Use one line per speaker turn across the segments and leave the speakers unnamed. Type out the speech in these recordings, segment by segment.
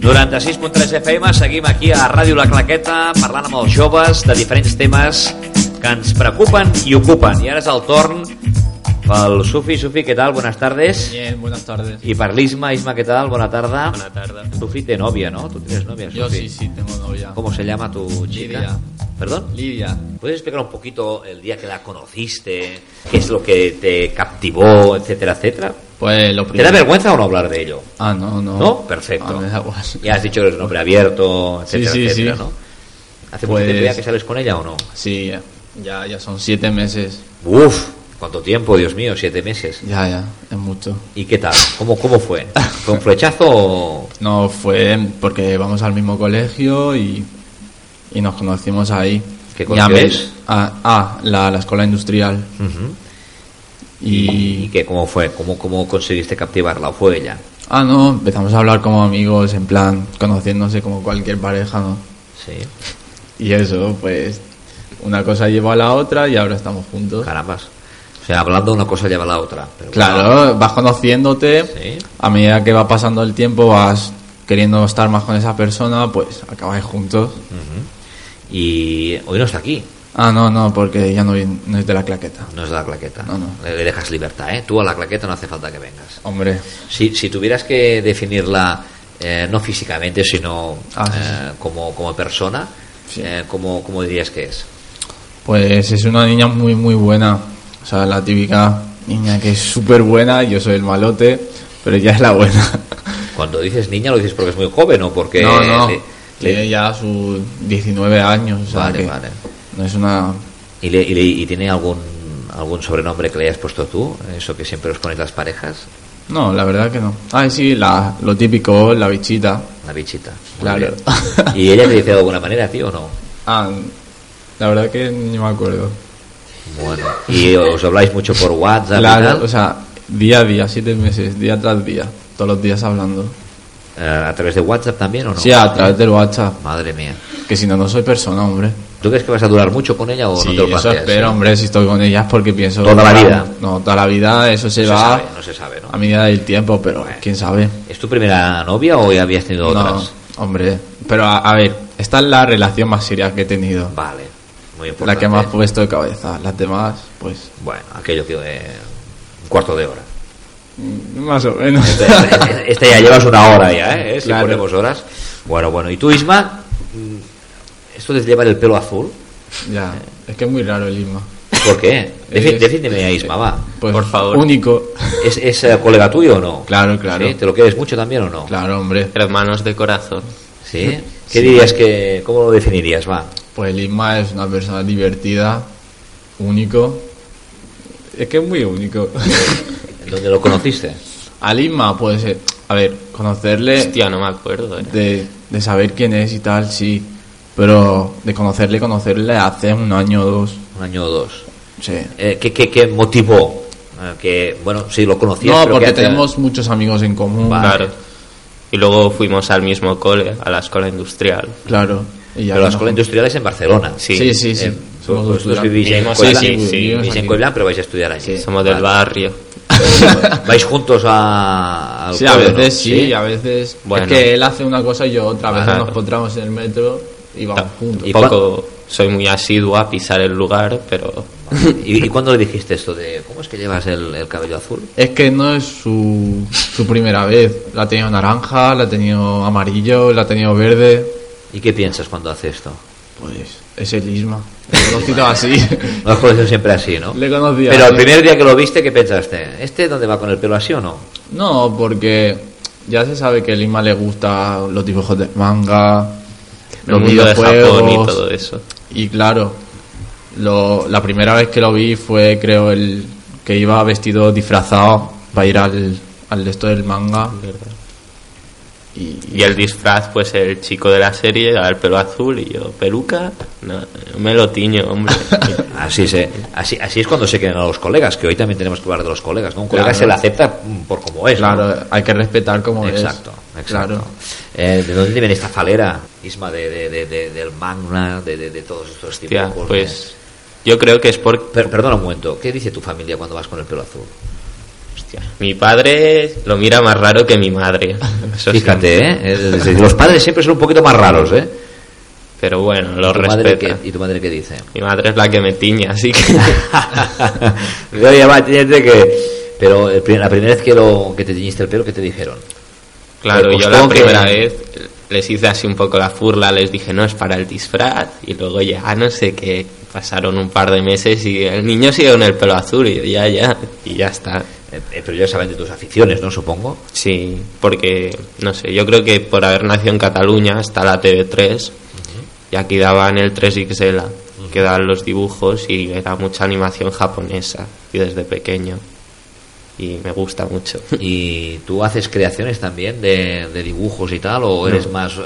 Durant 6.3 FM seguim aquí a Ràdio La Claqueta parlant amb els joves de diferents temes que ens preocupen i ocupen. I ara és el torn pel Sufi. Sufi, què tal? Bones tardes.
Bien, buenas tardes.
I per l'Isma. Isma, què tal? Bona tarda.
Buena tarde.
Sufi té nòvia, no? Tu tens nòvia,
Yo
Sufi?
sí, sí, tengo novia.
¿Cómo se llama tu chica?
Lidia.
¿Perdón?
Lidia.
¿Puedes explicar un poquito el día que la conociste? ¿Qué es lo que te captivó, etcétera, etcétera?
Pues lo
¿Te da
primero.
vergüenza o no hablar de ello?
Ah, no, no.
¿No? Perfecto.
Ah, me da igual.
Ya has dicho que eres un hombre abierto, etcétera,
sí,
etcétera,
sí.
¿no? ¿Hace
Pues-
mucho tiempo ya que sales con ella o no?
Sí, ya, ya son siete meses.
Uf, cuánto tiempo, Dios mío, siete meses.
Ya, ya, es mucho.
¿Y qué tal? ¿Cómo, cómo fue? ¿Fue un flechazo o...?
No, fue porque vamos al mismo colegio y, y nos conocimos ahí.
¿Qué
Ya
colegio
me-
es?
Ah, ah, la, la escuela industrial.
Ujú. ¿Y,
Y,
qué? ¿Cómo fue? ¿Cómo, ¿Cómo conseguiste captivarla? ¿O fue ella?
Ah, no, empezamos a hablar como amigos, en plan, conociéndose como cualquier pareja, ¿no?
Sí.
Y eso, pues, una cosa llevó a la otra y ahora estamos juntos.
Carambas. O sea, hablando una cosa lleva a la otra. Pero
Claro, vas conociéndote,
Sí.
a medida que va pasando el tiempo vas queriendo estar más con esa persona, pues acabáis juntos.
Mm. Y hoy no está aquí,
Ah, no, no, porque ya no, vi- no es de la claqueta.
no es de la claqueta.
No, no.
Le, le dejas libertad, ¿eh? Tú a la claqueta no hace falta que vengas.
Hombre,
Si, si tuvieras que definirla, eh, no físicamente, sino
Ah, sí,
eh, como, como persona,
Sí.
eh, ¿cómo, cómo dirías que es?
pues es una niña muy, muy buena. O sea, la típica niña que es súper buena, yo soy el malote, pero ella es la buena.
Cuando dices niña, lo dices porque es muy joven o porque.
no, no,
le-
tiene
le-
ya sus 19 años, o sea
Vale,
que
vale.
no es una...
y, le- y le- y tiene algún, algún sobrenombre que le hayas puesto tú? Eso que siempre os pones las parejas.
No, la verdad que no. Ah, sí, la, lo típico, la bichita.
La bichita. Muy
Claro.
bien. ¿Y ella te dice de alguna manera, tío, o no?
Ah, la verdad que no me acuerdo.
Bueno, y os habláis mucho por WhatsApp. y tal,
Claro, o sea, día a día, siete meses, día tras día, todos los días hablando.
eh, a través de WhatsApp también o no?
Sí, a través del WhatsApp,
Madre mía.
que si no, no soy persona, hombre.
¿Tú crees que vas a durar mucho con ella o Oh, no
sí,
te lo
eso
planteas?
espero,
eh?
hombre, si estoy con ellas porque pienso...
Toda la vida.
No, toda la vida, eso se
No se,
va
sabe, no se sabe,
a
¿no?
medida del tiempo, pero quién sabe.
¿Es tu primera novia o ya habías tenido otras?
No, hombre, pero a, a ver, esta es la relación más seria que he tenido.
Vale, muy importante.
la que me ha puesto de cabeza, las demás, pues...
Bueno, aquello que... eh, un cuarto de hora.
Más o menos.
Este ya llevas una hora ya, ¿eh? Si
Claro.
ponemos horas. Bueno, bueno. ¿Y tú, Isma? Mm, ¿Esto de llevar el pelo azul?
ya, es que es muy raro el Isma.
¿Por qué? Defi-
Es-
Defíndeme a Isma, va.
Pues,
Por favor.
Único.
¿Es, es eh, colega tuyo o no?
Claro, claro.
¿Sí? ¿Te lo quieres mucho también o no?
Claro, hombre.
Hermanos de corazón.
¿Sí? ¿Qué dirías que... ¿Cómo lo definirías, va?
Pues el Isma es una persona divertida, único. Es que es muy único.
¿Dónde lo conociste?
Al Isma, pues, eh, a ver, conocerle,
Hostia, no me acuerdo. eh.
de, de saber quién es y tal, sí. Pero de conocerle, conocerle hace un año o dos.
Un año o dos.
Sí.
Eh, ¿qué, qué, qué motivó? Eh, que, bueno, sí, lo conocías.
No,
pero
porque
que hace-
tenemos muchos amigos en común.
Claro. Y luego fuimos al mismo cole, a la escuela industrial.
Claro. Y ya
Pero la
nos-
escuela industrial es en Barcelona.
Sí.
Sí, sí, sí.
Eh,
Somos
vosotros
cultural.
vivís en
Vivimos
Coelán.
aquí, sí.
Vivimos
Vivís en
aquí.
Coelán, pero vais a estudiar allí.
Somos del
Vale.
barrio.
¿Vais juntos a, al
Sí, a
pueblo,
veces
no?
sí, a veces.
Bueno.
Es que él hace una cosa y yo otra. A veces
Claro.
nos encontramos en el metro y vamos juntos.
¿Y
Tampoco soy muy asiduo a pisar el lugar, pero
¿Y, y cuándo le dijiste esto de cómo es que llevas el, el cabello azul?
Es que no es su, su primera vez. La ha tenido naranja, la ha tenido amarillo, la ha tenido verde.
¿Y qué piensas cuando hace esto?
Pues es el Isma. Lo he conocido así.
Lo has conocido siempre así, ¿no?
Le conocí
Pero el
así.
primer día que lo viste, ¿qué pensaste? ¿Este dónde va con el pelo así o no?
No, porque ya se sabe que el Isma le gusta los dibujos de manga,
el
los
mundo de Japón y
videojuegos.
todo eso.
Y claro, lo- la primera vez que lo vi fue, creo, el que iba vestido disfrazado va a ir al, al de esto del manga. Y,
Y el disfraz, pues el chico de la serie, el pelo azul y yo, peluca, no, yo me lo tiño, hombre.
Así, se, así, así es cuando se quedan a los colegas, que hoy también tenemos que hablar de los colegas. ¿no? Un colega
Claro.
se le acepta mm, por como es. ¿no?
claro, hay que respetar como
Pues,
es.
Exacto, exacto.
Claro.
Eh, ¿De dónde viene esta falera, Isma, de, de- de- de- del magna, de, de- de todos estos tipos?
Hostia, pues yo creo que es porque
perdona un momento, ¿qué dice tu familia cuando vas con el pelo azul?
Hostia, mi padre lo mira más raro que mi madre. eso
Fíjate,
sí.
¿eh? Es decir, los padres siempre son un poquito más raros, ¿eh?
Pero bueno, lo
¿Y tu madre
respeta.
qué- ¿Y tu madre qué dice?
Mi madre es la que me tiña, así que...
Yo ya va, tienes que... Pero el pri- la primera vez que, lo, que te teñiste el pelo, ¿qué te dijeron?
Claro,
Pues
yo la
supongo que-
primera vez les hice así un poco la furla, les dije no es para el disfraz y luego ya no sé qué, pasaron un par de meses y el niño sigue con el pelo azul y yo ya, ya, y ya está.
Eh, eh, pero ya saben de tus aficiones, ¿no? Supongo.
Sí, porque no sé, yo creo que por haber nacido en Cataluña está la TV3 y aquí daban el 3XL, que daban los dibujos y era mucha animación japonesa y desde pequeño y me gusta mucho.
¿Y tú haces creaciones también de, de dibujos y tal? ¿O eres más em,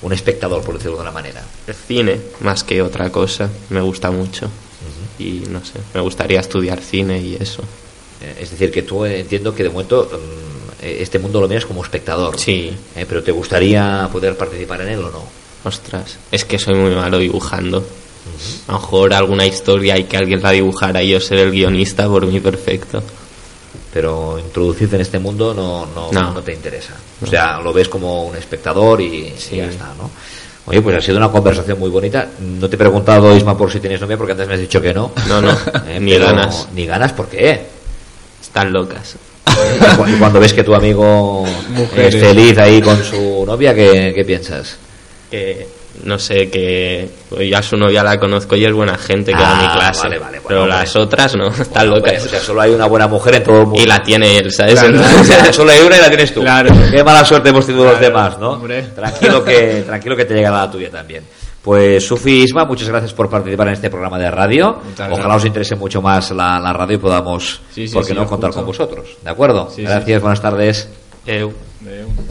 un espectador, por decirlo de una manera?
El cine más que otra cosa me gusta mucho y no sé me gustaría estudiar cine y eso
Eh, Es decir, que tú eh, entiendo que de momento em, eh, este mundo lo miras como espectador.
Sí.
Eh, pero ¿te gustaría poder participar en él o no?
ostras es que soy muy malo dibujando a lo mejor alguna historia y que alguien la dibujara y yo ser el guionista por mí perfecto
Pero introducirte en este mundo no, no,
No.
no te interesa. O sea, lo ves como un espectador y, y ya
Sí.
está, ¿no? Oye, pues ha sido una conversación muy bonita. No te he preguntado, Isma, por si tienes novia, porque antes me has dicho que no. Eh,
No, no, ni
pero-
ganas.
Ni ganas, ¿por qué?
están locas
Y cu- y cuando ves que tu amigo
Mujeres.
es feliz ahí con su novia, ¿qué, qué piensas?
que no sé que pues, ya su novia la conozco y es buena gente que da
Ah,
mi clase
vale, vale, bueno,
pero
hombre.
las otras no están
Bueno,
locas
hombre, o sea, solo hay una buena mujer en todo el mundo.
y la tiene él sabes
Claro, o
Entonces-
sea, solo hay una y la tienes tú.
Claro.
Qué mala suerte hemos tenido los
Claro,
demás, ¿no?
hombre.
Tranquilo que, tranquilo que te llega la tuya también. Pues Sufi Isma, muchas gracias por participar en este programa de radio.
Muchas
Ojalá
gracias.
os interese mucho más la, la radio y podamos,
Sí, sí,
porque
sí,
no,
lo
contar
escucho.
con vosotros. ¿De acuerdo?
Sí, sí.
gracias, buenas tardes.
Eu.
Adeu.